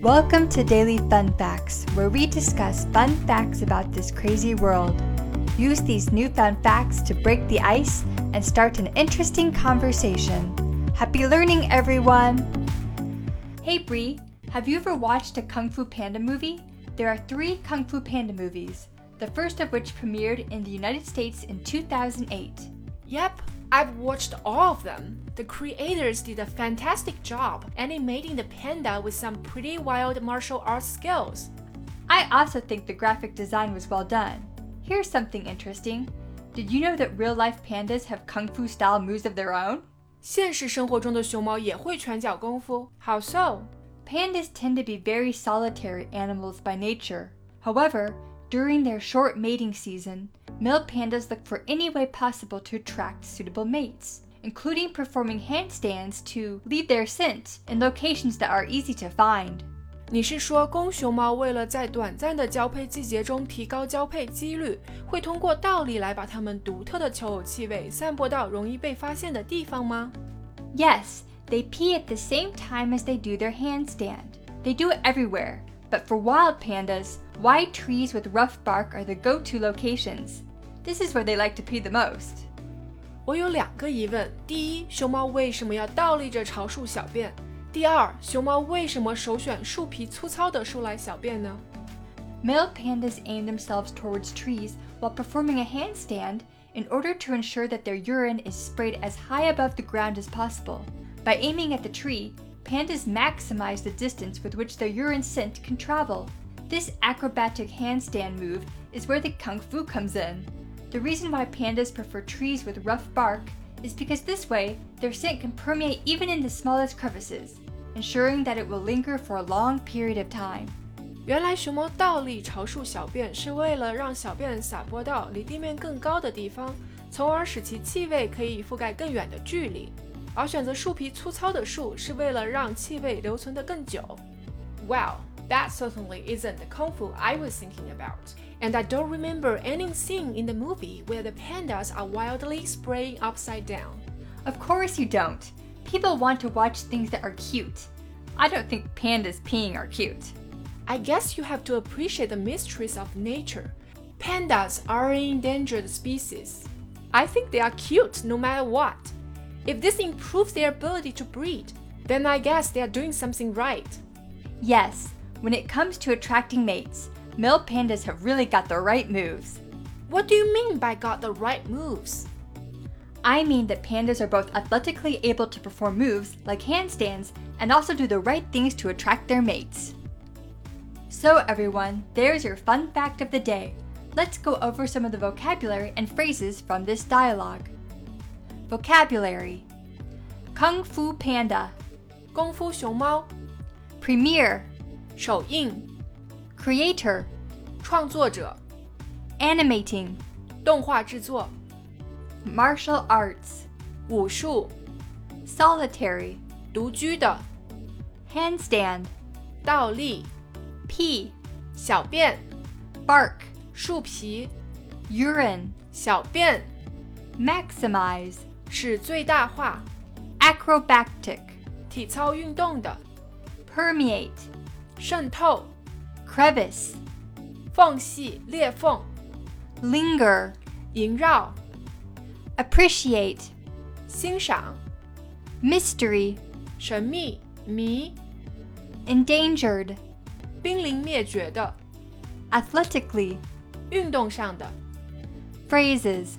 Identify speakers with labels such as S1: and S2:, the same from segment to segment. S1: Welcome to Daily Fun Facts, where we discuss fun facts about this crazy world. Use these newfound facts to break the ice and start an interesting conversation. Happy learning, everyone! Hey Bree, have you ever watched a Kung Fu Panda movie? There are three Kung Fu Panda movies, the first of which premiered in the United States in 2008.
S2: Yep, I've watched all of them. The creators did a fantastic job animating the panda with some pretty wild martial arts skills.
S1: I also think the graphic design was well done. Here's something interesting. Did you know that real life pandas have kung fu style moves of their own?
S2: 现实生活中的熊猫也会拳脚功夫，How so？
S1: Pandas tend to be very solitary animals by nature. However, during their short mating season, male pandas look for any way possible to attract suitable mates, including performing handstands to lead their scent in locations that are easy to find.
S2: 你是说公熊猫为了在短暂的交配季节中提高交配几率，会通过倒立来把它们独特的求偶气味散播到容易被发现的地方吗？
S1: Yes, they pee at the same time as they do their handstand. They do it everywhere, but for wild pandas, wide trees with rough bark are the go to locations. This is where they like to pee the most.
S2: 我有两个疑问：第一，熊猫为什么要倒立着朝树小便？第二，熊猫为什么首选树皮粗糙的树来小便呢？
S1: Male pandas aim themselves towards trees while performing a handstand in order to ensure that their urine is sprayed as high above the ground as possible. By aiming at the tree, pandas maximize the distance with which their urine scent can travel. This acrobatic handstand move is where the kung fu comes in. The reason why pandas prefer trees with rough bark is because this way their scent can permeate even in the smallest crevices, ensuring that it will linger for a long period of time.
S2: 原来熊猫倒立朝树小便是为了让小便撒播到离地面更高的地方，从而使其气味可以覆盖更远的距离。而选择树皮粗糙的树是为了让气味留存得更久。Well, that certainly isn't the kung fu I was thinking about, and I don't remember any scene in the movie where the pandas are wildly spraying upside down.
S1: Of course you don't. People want to watch things that are cute. I don't think pandas peeing are cute.
S2: I guess you have to appreciate the mysteries of nature. Pandas are an endangered species. I think they are cute no matter what. If this improves their ability to breed, then I guess they are doing something right.
S1: Yes, when it comes to attracting mates, male pandas have really got the right moves.
S2: What do you mean by got the right moves?
S1: I mean that pandas are both athletically able to perform moves like handstands and also do the right things to attract their mates. So, everyone, there's your fun fact of the day. Let's go over some of the vocabulary and phrases from this dialogue. Vocabulary Kung Fu Panda,
S2: 功夫熊猫
S1: Premier,
S2: 首映
S1: Creator,
S2: 创作者
S1: Animating,
S2: 动画制作
S1: Martial Arts,
S2: 武术
S1: Solitary,
S2: 独居的
S1: Handstand,
S2: 倒立
S1: Pee,
S2: 小便
S1: Bark,
S2: 树皮
S1: Urine,
S2: 小便
S1: Maximize,
S2: 使最大化
S1: Acrobatic,
S2: 体操运动的
S1: Permeate,
S2: 渗透
S1: Crevice,
S2: 缝隙裂缝
S1: Linger,
S2: 萦绕
S1: Appreciate,
S2: 欣赏
S1: Mystery,
S2: 神秘迷
S1: endangered,
S2: 濒临灭绝的
S1: athletically,
S2: 运动上的
S1: phrases.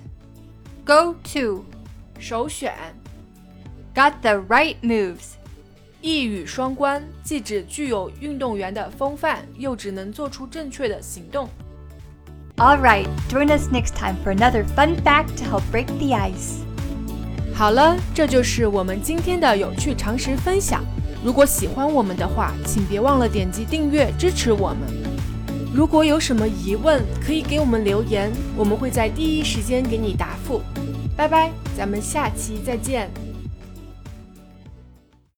S1: Go to,
S2: 首选
S1: got the right moves.
S2: 一语双关，既指具有运动员的风范，又只能做出正确的行动。
S1: All right, join us next time for another fun fact to help break the ice.
S2: 好了，这就是我们今天的有趣常识分享。如果喜欢我们的话，请别忘了点击订阅支持我们。如果有什么疑问，可以给我们留言，我们会在第一时间给你答复。拜拜，咱们下期再见。